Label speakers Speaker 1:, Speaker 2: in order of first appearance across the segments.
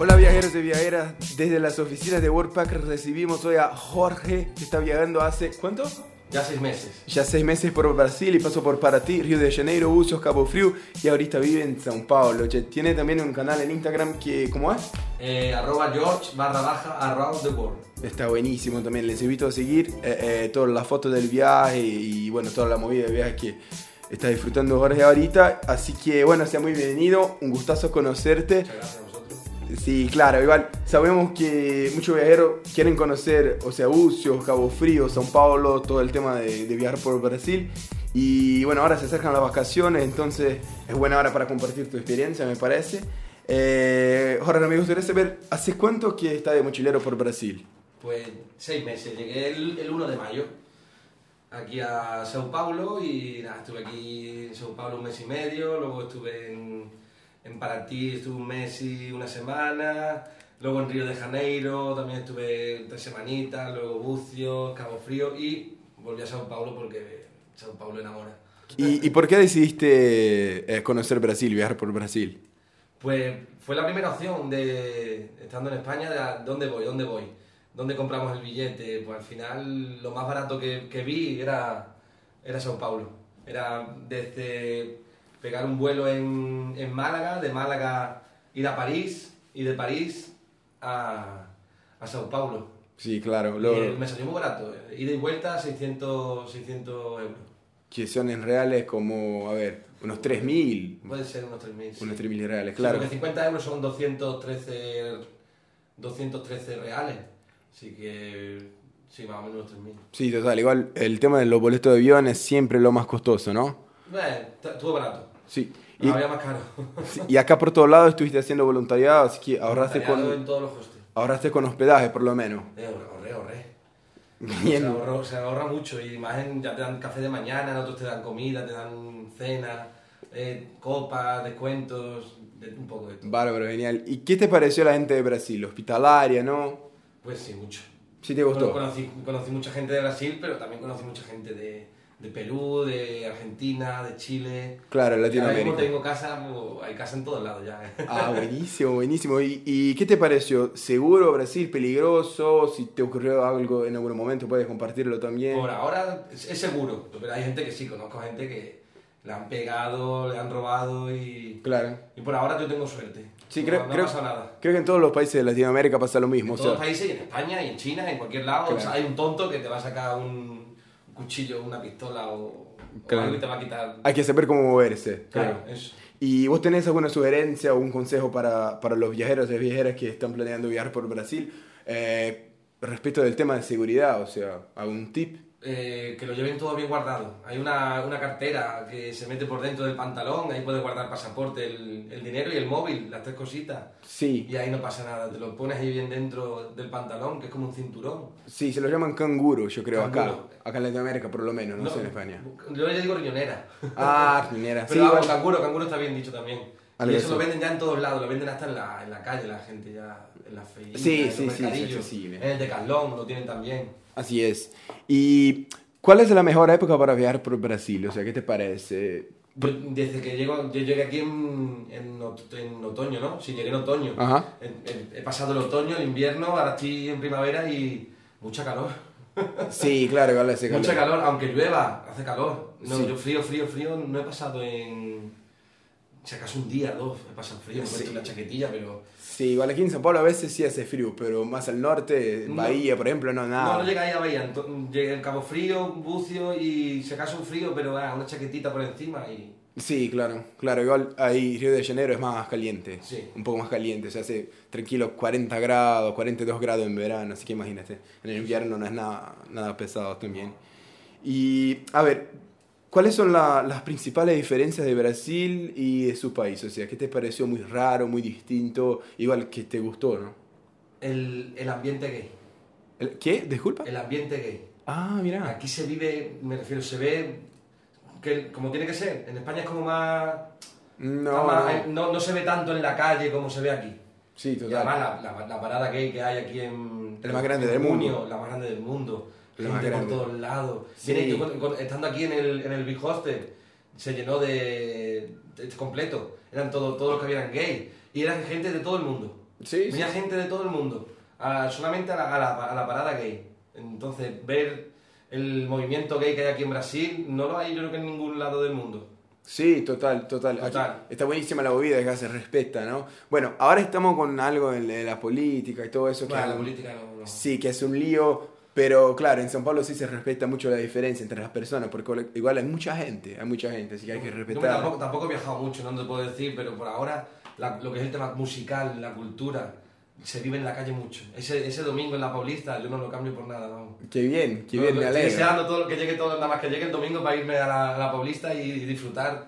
Speaker 1: Hola viajeros y viajeras, desde las oficinas de Worldpack recibimos hoy a Jorge, que está viajando hace... ¿Cuánto?
Speaker 2: Ya seis meses.
Speaker 1: Ya seis meses por Brasil y pasó por Paraty, Río de Janeiro, Bucios, Cabo Frío y ahorita vive en São Paulo. Che, Tiene también un canal en Instagram que... ¿Cómo es?
Speaker 2: Eh, arroba George barra baja around the world.
Speaker 1: Está buenísimo también, les invito a seguir eh, eh, todas las fotos del viaje y bueno, toda la movida de viaje que está disfrutando Jorge ahorita. Así que bueno, sea muy bienvenido, un gustazo conocerte.
Speaker 2: Muchas gracias a vosotros.
Speaker 1: Sí, claro, igual sabemos que muchos viajeros quieren conocer, o sea, Bucios, Cabo Frío, São Paulo, todo el tema de, de viajar por Brasil. Y bueno, ahora se acercan las vacaciones, entonces es buena hora para compartir tu experiencia, me parece. Eh, Jorge, me gustaría saber, ¿hace cuánto que está de mochilero por Brasil?
Speaker 2: Pues seis meses. Llegué el, el 1 de mayo aquí a Sao Paulo y nada, estuve aquí en Sao Paulo un mes y medio, luego estuve en, en Paraty, estuve un mes y una semana, luego en Río de Janeiro también estuve tres semanitas, luego Bucio, Cabo Frío y volví a Sao Paulo porque Sao Paulo enamora.
Speaker 1: ¿Y, y por qué decidiste eh, conocer Brasil, viajar por Brasil?
Speaker 2: Pues fue la primera opción de, estando en España, de a dónde voy, dónde voy, dónde compramos el billete. Pues al final lo más barato que, que vi era, era Sao Paulo. Era desde pegar un vuelo en, en Málaga, de Málaga ir a París y de París a, a Sao Paulo.
Speaker 1: Sí, claro,
Speaker 2: Y, eh, me salió muy barato, eh, ida y vuelta 600, 600 euros.
Speaker 1: que son en reales como, a ver, unos 3.000,
Speaker 2: Puede ser unos 3.000. sí.
Speaker 1: unos 3.000 reales, claro.
Speaker 2: Claro. Porque 50 euros son 213, 213 reales. Así que, sí, más o menos 3.000.
Speaker 1: Sí, total. Igual el tema de los boletos de avión es siempre lo más costoso, ¿no?
Speaker 2: Eh, t- estuvo barato.
Speaker 1: Sí. Y,
Speaker 2: No, había más caro.
Speaker 1: sí, y acá por todos lados estuviste haciendo voluntariado, así que ahorraste
Speaker 2: Tallado
Speaker 1: con,
Speaker 2: en todos los costes.
Speaker 1: ahorraste con hospedaje, por lo menos.
Speaker 2: Eh, ahorré, ahorré, ahorré.
Speaker 1: Bien.
Speaker 2: Se, ahorró- se ahorra mucho. Y más en, ya te dan café de mañana, otros te dan comida, te dan cena, eh, copas, descuentos, de- un poco de todo.
Speaker 1: Bárbaro, genial. ¿Y qué te pareció la gente de Brasil? Hospitalaria, ¿no?
Speaker 2: Pues sí, mucho.
Speaker 1: ¿Sí te
Speaker 2: Bueno,
Speaker 1: gustó?
Speaker 2: conocí, conocí mucha gente de Brasil, pero también conocí mucha gente de, de Perú, de Argentina, de Chile.
Speaker 1: Claro,
Speaker 2: Ahora mismo
Speaker 1: Latinoamérica.
Speaker 2: tengo casa, pues, hay casa en todos lados ya. ¿eh?
Speaker 1: Ah, buenísimo, buenísimo. ¿Y, y qué te pareció? ¿Seguro Brasil? ¿Peligroso? Si te ocurrió algo en algún momento, puedes compartirlo también.
Speaker 2: Por ahora es, es seguro, pero hay gente que sí, conozco gente que le han pegado, le han robado y,
Speaker 1: Claro.
Speaker 2: y por ahora yo tengo suerte.
Speaker 1: Sí,
Speaker 2: No-
Speaker 1: creo,
Speaker 2: no, ha
Speaker 1: creo,
Speaker 2: pasado nada.
Speaker 1: creo que en todos los países de Latinoamérica pasa lo
Speaker 2: En
Speaker 1: mismo. o
Speaker 2: todos los
Speaker 1: sea,
Speaker 2: países, y en España, y en China, y en cualquier lado,
Speaker 1: Claro.
Speaker 2: o sea, hay un tonto que te va a sacar un un cuchillo, una pistola o, o
Speaker 1: Claro.
Speaker 2: algo y te va a quitar.
Speaker 1: hay que saber cómo moverse.
Speaker 2: Claro, eso.
Speaker 1: ¿Y vos tenés alguna sugerencia o un consejo para, para los viajeros y viajeras que están planeando viajar por Brasil eh, respecto del tema de seguridad? O sea, algún tip.
Speaker 2: eh, que lo lleven todo bien guardado. Hay una, una cartera que se mete por dentro del pantalón, ahí puedes guardar pasaporte, el, el dinero y el móvil, las tres cositas.
Speaker 1: Sí,
Speaker 2: Y ahí no pasa nada, te lo pones ahí bien dentro del pantalón, que es como un cinturón.
Speaker 1: sí, se lo llaman canguro, yo creo,
Speaker 2: Canguro.
Speaker 1: acá. Acá en Latinoamérica, por lo menos, no,
Speaker 2: No,
Speaker 1: sé en España.
Speaker 2: Yo le digo riñonera.
Speaker 1: Ah, Pinera. Sí,
Speaker 2: Pero vamos,
Speaker 1: igual-
Speaker 2: canguro, canguro está bien dicho también.
Speaker 1: Algo
Speaker 2: y
Speaker 1: así.
Speaker 2: eso lo venden ya en todos lados, lo venden hasta en la, en la calle, la gente ya, en las feitas,
Speaker 1: Sí,
Speaker 2: en los
Speaker 1: sí, sí, es
Speaker 2: mercadillos,
Speaker 1: accesible.
Speaker 2: En el de Carlón lo tienen también.
Speaker 1: Así es. ¿Y cuál es la mejor época para viajar por Brasil? O sea, ¿qué te parece?
Speaker 2: Yo- desde que llego, yo llegué aquí en, en ot- en otoño, ¿no? Sí, llegué en otoño.
Speaker 1: Ajá.
Speaker 2: He, he- he pasado el otoño, el invierno, ahora estoy en primavera y mucha calor.
Speaker 1: Sí, claro, igual hace
Speaker 2: Mucha
Speaker 1: calor.
Speaker 2: calor, aunque llueva, hace calor. No,
Speaker 1: Sí.
Speaker 2: yo frío, frío, frío, no he pasado en... Si acaso un día, dos, he pasado frío, me he
Speaker 1: Sí.
Speaker 2: puesto una chaquetilla, pero...
Speaker 1: Sí, igual aquí en San Pablo a veces sí hace frío, pero más al norte,
Speaker 2: No.
Speaker 1: Bahía, por ejemplo, no, nada.
Speaker 2: No, no llegué ahí a Bahía, ento- llegué en Cabo Frío, un bucio y si acaso un frío, pero ah, una chaquetita por encima y...
Speaker 1: Sí, claro, claro, igual ahí Río de Janeiro es más caliente,
Speaker 2: Sí.
Speaker 1: un poco más caliente, se hace tranquilo 40 grados, 42 grados en verano, así que imagínate, en el invierno no es nada, nada pesado también. Y a ver, ¿cuáles son la- las principales diferencias de Brasil y de su país? O sea, ¿qué te pareció muy raro, muy distinto? Igual que te gustó, ¿no?
Speaker 2: El, el ambiente gay,
Speaker 1: ¿El- ¿Qué? ¿Disculpa?
Speaker 2: el ambiente gay.
Speaker 1: Ah, mira.
Speaker 2: Aquí se vive, me refiero, se ve que, como tiene que ser. En España es como más. está
Speaker 1: No,
Speaker 2: más-
Speaker 1: no.
Speaker 2: no. no se ve tanto en la calle como se ve aquí.
Speaker 1: Sí,
Speaker 2: Y
Speaker 1: total.
Speaker 2: además la, la- la parada gay que hay aquí en.
Speaker 1: La más grande
Speaker 2: en
Speaker 1: del
Speaker 2: junio,
Speaker 1: mundo.
Speaker 2: La más grande del mundo.
Speaker 1: La
Speaker 2: gente por
Speaker 1: grande.
Speaker 2: todos lados.
Speaker 1: Sí.
Speaker 2: Viene, yo cuando- cuando- estando aquí en el, en el Big Hostel, se llenó de, de- completo. Eran todo- todos los que habían gay. Y eran gente de todo el mundo.
Speaker 1: Sí, sí.
Speaker 2: Venía gente de todo el mundo. a- solamente a la, a la- a la parada gay. Entonces, ver el movimiento gay que hay aquí en Brasil, no lo hay yo creo que en ningún lado del mundo.
Speaker 1: Sí, total, total. Aquí
Speaker 2: Total.
Speaker 1: está buenísima la movida, es que se respeta, ¿no? Bueno, ahora estamos con algo de la- de la política y todo eso. que
Speaker 2: Bueno, la
Speaker 1: es-
Speaker 2: política no- no.
Speaker 1: Sí, que es un lío, pero claro, en São Paulo sí se respeta mucho la diferencia entre las personas, porque igual hay mucha gente, hay mucha gente, así que hay que
Speaker 2: Yo
Speaker 1: respetar.
Speaker 2: tampoco, tampoco he viajado mucho, no te puedo decir, pero por ahora la- lo que es el tema musical, la cultura, se vive en la calle mucho. Ese, ese domingo en la Paulista yo no lo cambio por nada, vamos.
Speaker 1: Qué bien, qué bien, me
Speaker 2: Yo- yo Estoy
Speaker 1: alegra.
Speaker 2: deseando todo lo que llegue, todo, nada más que llegue el domingo para irme a la, a la Paulista y, y disfrutar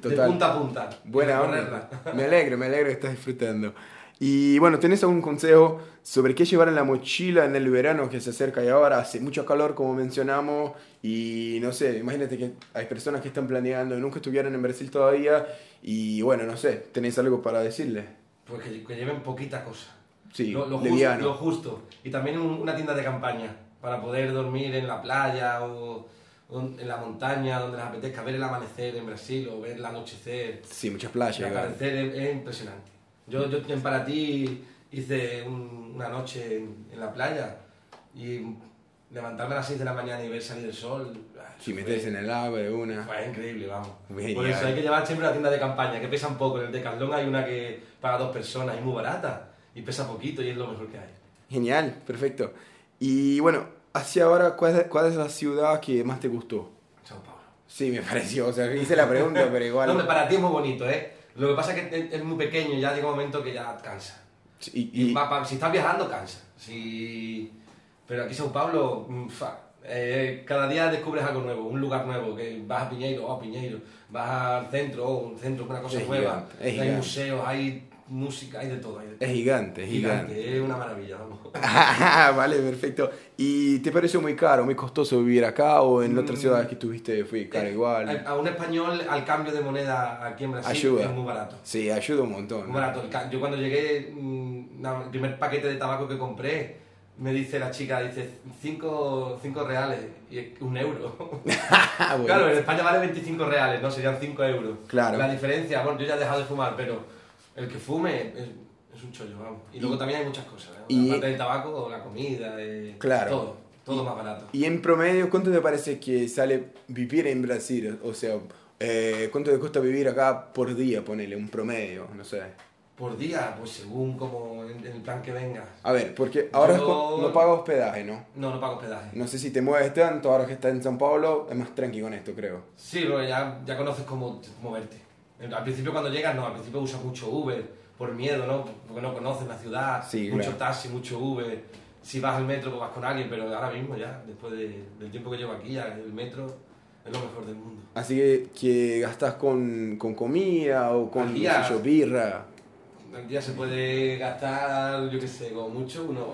Speaker 1: Total.
Speaker 2: de punta a punta. y
Speaker 1: Buena
Speaker 2: recorrerla.
Speaker 1: onda. Me alegro, me alegro que estás disfrutando. Y bueno, ¿tenés algún consejo sobre qué llevar en la mochila en el verano que se acerca y ahora hace mucho calor, como mencionamos? Y no sé, imagínate que hay personas que están planeando, nunca estuvieron en Brasil todavía, y bueno, no sé, ¿tenés algo para decirle?
Speaker 2: Pues que, que lleven poquita cosa.
Speaker 1: Sí,
Speaker 2: lo, lo justo,
Speaker 1: liviano.
Speaker 2: lo justo. Y también un- una tienda de campaña para poder dormir en la playa o, o en la montaña, donde les apetezca ver el amanecer en Brasil o ver el anochecer.
Speaker 1: Sí, muchas
Speaker 2: El
Speaker 1: playas. claro.
Speaker 2: atardecer es, es impresionante. Yo, yo en Paratí hice un- una noche en, en la playa y levantarme a las 6 de la mañana y ver salir el sol. ah,
Speaker 1: Si
Speaker 2: fue-
Speaker 1: metes en el agua de una.
Speaker 2: fue increíble, vamos.
Speaker 1: Genial.
Speaker 2: Por eso hay que llevar siempre la tienda de campaña, que pesa un poco. En el Decathlon hay una que paga dos personas, es muy barata y pesa poquito y es lo mejor que hay.
Speaker 1: Genial, perfecto. Y bueno, hacia ahora, ¿cuál es, cuál es la ciudad que más te gustó?
Speaker 2: Sao Paulo.
Speaker 1: Sí, me pareció, o sea, hice la pregunta, pero igual.
Speaker 2: No, para ti es muy bonito, ¿eh? Lo que pasa es que es- es muy pequeño, ya llega un momento que ya cansa.
Speaker 1: y,
Speaker 2: Y,
Speaker 1: y-
Speaker 2: pa- pa- si estás viajando, cansa. Si... Pero aquí Sao Paulo, mm, fa, eh, cada día descubres algo nuevo, un lugar nuevo, que vas a Piñeiro, oh, Piñeiro, vas al centro, oh, un centro, una cosa
Speaker 1: Es
Speaker 2: nueva.
Speaker 1: gigante, es
Speaker 2: hay
Speaker 1: gigante.
Speaker 2: museos, hay música, hay de todo. Hay de todo.
Speaker 1: es gigante, es gigante. Ah,
Speaker 2: es una maravilla, vamos.
Speaker 1: vale, perfecto. ¿Y te pareció muy caro, muy costoso vivir acá o en otras
Speaker 2: Mm. Eh,
Speaker 1: ciudades que estuviste fue caro igual?
Speaker 2: A, a un español al cambio de moneda aquí en Brasil
Speaker 1: Ayuda.
Speaker 2: es muy barato.
Speaker 1: Sí, ayuda un montón.
Speaker 2: Muy barato. El ca- Yo cuando llegué, mm, na- el primer paquete de tabaco que compré, me dice la chica, dice 5 reales y es un euro.
Speaker 1: Ah, bueno.
Speaker 2: Claro, en España vale 25 reales, ¿no? Serían 5 euros.
Speaker 1: Claro.
Speaker 2: La diferencia, bueno, yo ya he dejado de fumar, pero el que fume es, es un chollo, vamos. Y, luego también hay muchas cosas, ¿eh?
Speaker 1: y-
Speaker 2: Aparte del tabaco, la comida, eh,
Speaker 1: Claro.
Speaker 2: todo. Todo más barato.
Speaker 1: Y en promedio, ¿cuánto te parece que sale vivir en Brasil? O sea, eh, ¿cuánto te cuesta vivir acá por día, ponele, un promedio? No sé.
Speaker 2: Por día, pues según como en, en el plan que vengas.
Speaker 1: A ver, porque ahora es
Speaker 2: Yo-
Speaker 1: con- no paga hospedaje, ¿no?
Speaker 2: No, no pago hospedaje.
Speaker 1: No sé si te mueves tanto, ahora que estás en San Pablo, es más tranqui con esto, creo.
Speaker 2: Sí, porque ya, ya conoces cómo t- moverte. Al principio cuando llegas, no, al principio usas mucho Uber, por miedo, ¿no? Porque no conoces la ciudad,
Speaker 1: Sí,
Speaker 2: mucho
Speaker 1: claro.
Speaker 2: taxi, mucho Uber. Si vas al metro, pues vas con alguien, pero ahora mismo ya, después de- del tiempo que llevo aquí, ya el metro es lo mejor del mundo.
Speaker 1: Así que, que gastas con, con comida o con
Speaker 2: Al
Speaker 1: no
Speaker 2: día.
Speaker 1: sé yo, birra.
Speaker 2: Al día se puede gastar, yo qué sé, como mucho, unos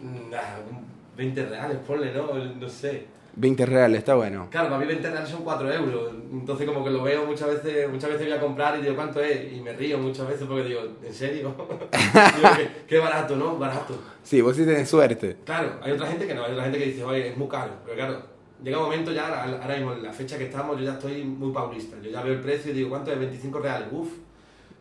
Speaker 2: mm, nah, un 20 reales, ponle, ¿no? No sé.
Speaker 1: 20 reales, está bueno.
Speaker 2: Claro, para mí 20 reales son 4 euros. Entonces como que lo veo muchas veces, muchas veces voy a comprar y digo, ¿cuánto es? Y me río muchas veces porque digo, ¿en serio? digo, qué, qué barato, ¿no? Barato.
Speaker 1: Sí, vos sí tenés suerte.
Speaker 2: Claro, hay otra gente que no, hay otra gente que dice, oye, es muy caro. Pero claro, llega un momento ya, ahora- ahora mismo, en la fecha que estamos, yo ya estoy muy paulista. Yo ya veo el precio y digo, ¿cuánto es? 25 reales. Uf,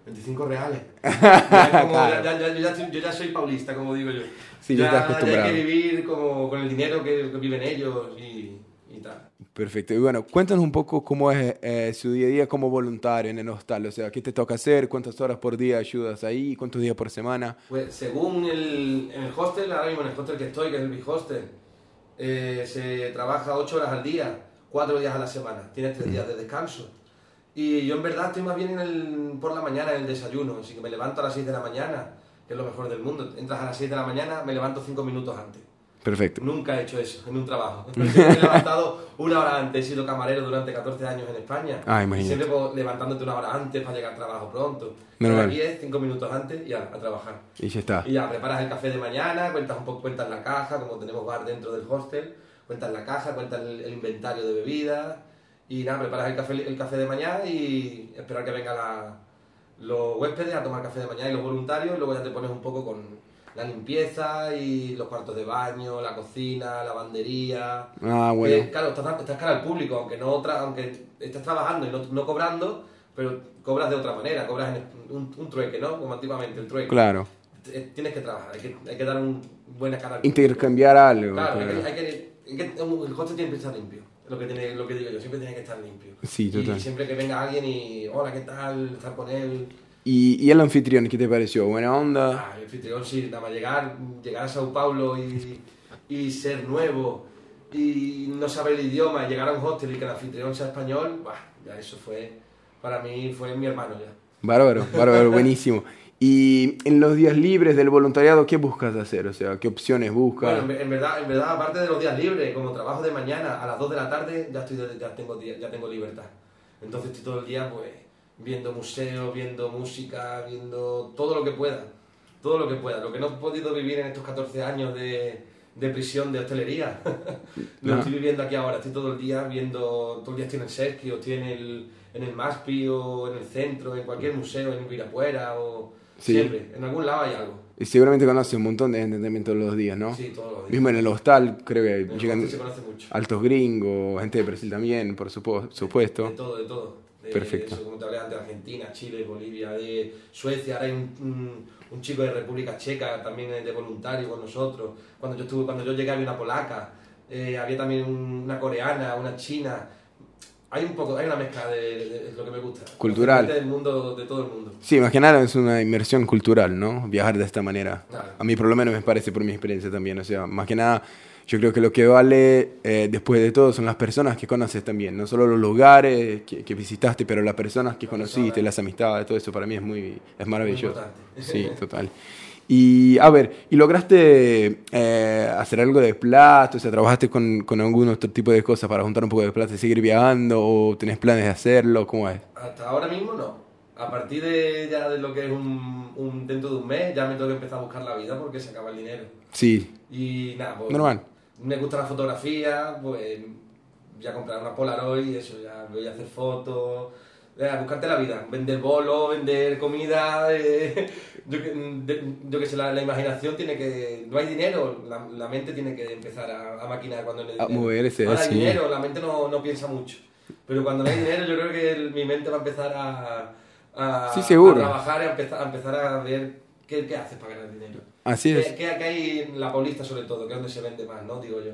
Speaker 2: 25 reales. Ya es como-
Speaker 1: Claro.
Speaker 2: ya- ya- yo, ya, soy- yo ya soy paulista, como digo yo.
Speaker 1: Sí, ya estás acostumbrado.
Speaker 2: hay que vivir como con el dinero que, que viven ellos y, y tal.
Speaker 1: Perfecto. Y bueno, cuéntanos un poco cómo es eh, su día a día como voluntario en el hostal. O sea, ¿qué te toca hacer? ¿Cuántas horas por día ayudas ahí? ¿Cuántos días por semana?
Speaker 2: Pues según el, en el hostel, ahora mismo en el hostel que estoy, que es el Big Hostel, eh, se trabaja 8 horas al día, 4 días a la semana, tienes 3 días de descanso. Y yo en verdad estoy más bien en el- por la mañana en el desayuno, así que me levanto a las 6 de la mañana, que es lo mejor del mundo. Entras a las 6 de la mañana, me levanto 5 minutos antes.
Speaker 1: Perfecto.
Speaker 2: Nunca he hecho eso en un trabajo. Siempre me he levantado una hora antes. He sido camarero durante 14 años en España.
Speaker 1: Ah,
Speaker 2: y
Speaker 1: imagínate.
Speaker 2: siempre pues, levantándote una hora antes para llegar al trabajo pronto.
Speaker 1: Menos
Speaker 2: Pero
Speaker 1: mal.
Speaker 2: aquí es 5 minutos antes y a, a trabajar.
Speaker 1: Y ya está.
Speaker 2: Y ya, preparas el café de mañana, cuentas un poco, cuentas la caja, como tenemos bar dentro del hostel, cuentas la caja, cuentas el, el inventario de bebidas y nada, preparas el café, el café de mañana y esperar que vengan la- los huéspedes a tomar café de mañana y los voluntarios, y luego ya te pones un poco con la limpieza y los cuartos de baño, la cocina, lavandería.
Speaker 1: Ah,
Speaker 2: Que,
Speaker 1: bueno.
Speaker 2: claro, estás, estás cara al público, aunque no tra- aunque estás trabajando y no, no cobrando, pero cobras de otra manera, cobras en un, un trueque, ¿no? Como antiguamente el trueque.
Speaker 1: Claro.
Speaker 2: Eh, Tienes que trabajar, hay que, hay que dar un buena cara al público.
Speaker 1: Intercambiar algo.
Speaker 2: Claro, hay
Speaker 1: claro.
Speaker 2: que, hay que- hay que- el coche tiene que estar limpio. es Lo que, tiene, lo que digo yo, siempre tiene que estar limpio.
Speaker 1: Sí, total.
Speaker 2: Y siempre que venga alguien y, hola, ¿qué tal? Estar con él.
Speaker 1: ¿Y, y el anfitrión qué te pareció? ¿Buena onda?
Speaker 2: Ah, el anfitrión, sí, nada más llegar, llegar a Sao Paulo y, y ser nuevo y no saber el idioma, llegar a un hostel y que el anfitrión sea español, bah, ya eso fue, para mí fue mi hermano ya.
Speaker 1: Bárbaro, bárbaro, buenísimo. Y en los días libres del voluntariado, ¿qué buscas hacer? O sea, ¿qué opciones buscas?
Speaker 2: Bueno, en, en verdad, en verdad, aparte de los días libres, como trabajo de mañana a las 2 de la tarde, ya, estoy, de- ya, tengo, día- ya tengo libertad. Entonces estoy todo el día pues viendo museos, viendo música, viendo todo lo que pueda. Todo lo que pueda. Lo que no he podido vivir en estos 14 años de, de prisión, de hostelería, lo
Speaker 1: Ajá.
Speaker 2: estoy viviendo aquí ahora. Estoy todo el día viendo, todo el día estoy en el Sesqui, o estoy en el, en el Maspi, o en el centro, en cualquier museo, en Virapuera, o
Speaker 1: Sí.
Speaker 2: siempre. En algún lado hay algo.
Speaker 1: Y seguramente conoces un montón de gente también todos los días, ¿no?
Speaker 2: Sí, todos los días.
Speaker 1: Mismo en el hostal, creo
Speaker 2: En
Speaker 1: que
Speaker 2: el
Speaker 1: llegan
Speaker 2: hostel se conoce mucho.
Speaker 1: altos gringos, gente de Brasil también, por supo- supuesto.
Speaker 2: De todo, de todo. De,
Speaker 1: Perfecto.
Speaker 2: eso, como te hablé antes, Argentina, Chile, Bolivia, de Suecia. Ahora hay un, un- un chico de República Checa también eh, de voluntario con nosotros. Cuando yo estuve, cuando yo llegué había una polaca, eh, había también un- una coreana, una china. Hay un poco, hay una mezcla de, de- de lo que me gusta.
Speaker 1: Cultural.
Speaker 2: Gente Del mundo, de todo el mundo.
Speaker 1: Sí, más que nada es una inmersión cultural, ¿no? Viajar de esta manera.
Speaker 2: Claro.
Speaker 1: A mí por lo menos me parece por mi experiencia también. O sea, más que nada yo creo que lo que vale eh, después de todo son las personas que conoces también. No solo los lugares que, que visitaste, pero las personas que
Speaker 2: Las
Speaker 1: conociste,
Speaker 2: personas.
Speaker 1: las amistades, todo eso para mí es muy es maravilloso.
Speaker 2: importante.
Speaker 1: sí, total. Y a ver, ¿y lograste eh, hacer algo de plata? O sea, ¿trabajaste con, con algún otro tipo de cosas para juntar un poco de plata y seguir viajando? ¿O tenés planes de hacerlo? ¿Cómo es?
Speaker 2: Hasta ahora mismo no. A partir de ya de lo que es un, un- dentro de un mes, ya me tengo que empezar a buscar la vida porque se acaba el dinero.
Speaker 1: Sí,
Speaker 2: Y nada, pues,
Speaker 1: normal.
Speaker 2: me gusta la fotografía, pues ya comprar una Polaroid y eso, ya voy a hacer fotos, ya, buscarte la vida, vender bolos, vender comida, eh, yo, que, de- yo que sé, la, la imaginación tiene que, no hay dinero, la, la mente tiene que empezar a, a maquinar cuando no hay
Speaker 1: A
Speaker 2: dinero.
Speaker 1: moverse,
Speaker 2: Ahora hay
Speaker 1: sí.
Speaker 2: dinero, la mente no, no piensa mucho, pero cuando no hay dinero yo creo que el- mi mente va a empezar a, a-
Speaker 1: Sí, seguro.
Speaker 2: a trabajar y a empezar, a empezar a ver qué, qué haces para ganar dinero.
Speaker 1: Así
Speaker 2: ¿Qué,
Speaker 1: es.
Speaker 2: qué- qué hay en la Paulista sobre todo? Que es donde se vende más, ¿no? Digo yo.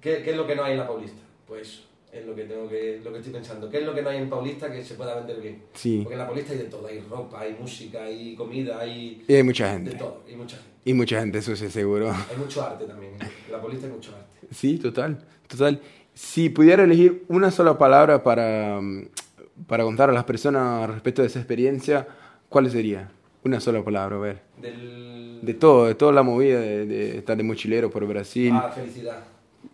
Speaker 2: ¿Qué, qué es lo que no hay en la Paulista? Pues eso, es lo que, tengo que, lo que estoy pensando. ¿Qué es lo que no hay en Paulista que se pueda vender bien?
Speaker 1: Sí,
Speaker 2: Porque en la Paulista hay de todo. Hay ropa, hay música, hay comida, hay
Speaker 1: y hay mucha
Speaker 2: de
Speaker 1: gente.
Speaker 2: todo. Y mucha gente.
Speaker 1: Y mucha gente, eso sí, seguro.
Speaker 2: Hay mucho arte también. En la Paulista hay mucho arte.
Speaker 1: Sí, total, total. Si pudiera elegir una sola palabra para, mm, para contar a las personas respecto de esa experiencia, ¿cuál sería? Una sola palabra, a ver.
Speaker 2: Del...
Speaker 1: De todo, de toda la movida de, de estar de mochilero por Brasil.
Speaker 2: Ah, felicidad.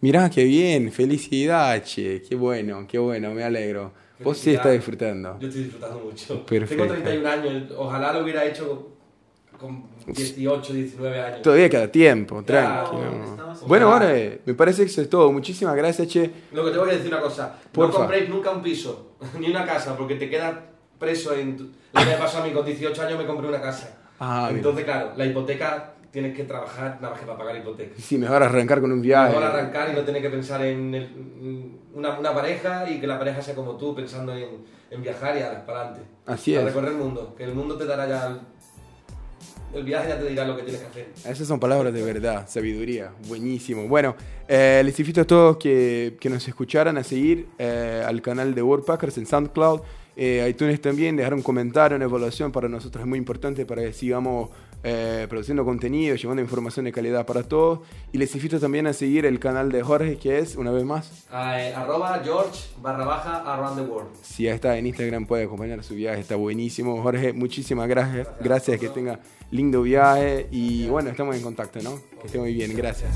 Speaker 1: Mirá, qué bien, felicidad, che, qué bueno, qué bueno, me alegro. Vos sí
Speaker 2: Felicidad.
Speaker 1: estás disfrutando.
Speaker 2: Yo estoy disfrutando mucho.
Speaker 1: Perfecto.
Speaker 2: Tengo 31 años. Ojalá lo hubiera hecho con 18, 19 años.
Speaker 1: Todavía queda tiempo,
Speaker 2: Claro,
Speaker 1: tranquilo.
Speaker 3: estamos-
Speaker 1: Bueno, ahora eh, me parece que eso es todo. Muchísimas gracias, che.
Speaker 2: Lo que tengo que decir una cosa, no
Speaker 1: Porfa.
Speaker 2: compréis nunca un piso, ni una casa, porque te quedas preso en... tu- Lo que me pasó a mí con 18 años me compré una casa.
Speaker 1: Ah, mira.
Speaker 2: Entonces, claro, la hipoteca tienes que trabajar nada más que para pagar la hipoteca.
Speaker 1: Sí, mejor arrancar con un viaje.
Speaker 2: Mejor arrancar y no tener que pensar en el- en una, una pareja y que la pareja sea como tú, pensando en, en viajar y a para adelante.
Speaker 1: Así
Speaker 2: a
Speaker 1: es.
Speaker 2: recorrer el mundo, que el mundo te dará ya... el- el viaje ya te dirá lo que tienes que hacer.
Speaker 1: Esas son palabras de verdad, sabiduría, buenísimo. Bueno, eh, les invito a todos que, que nos escucharan a seguir eh, al canal de Worldpackers en SoundCloud, eh, iTunes también, dejar un comentario, una evaluación para nosotros es muy importante para que sigamos eh, produciendo contenido, llevando información de calidad para todos. Y les invito también a seguir el canal de Jorge, que es, una vez más,
Speaker 2: Ah, eh, arroba George barra baja around the world.
Speaker 1: si ya está en Instagram puede acompañar su viaje, está buenísimo. Jorge, muchísimas gracias, gracias, que tenga lindo viaje y bueno, estamos en contacto, ¿no? Que esté muy bien, gracias.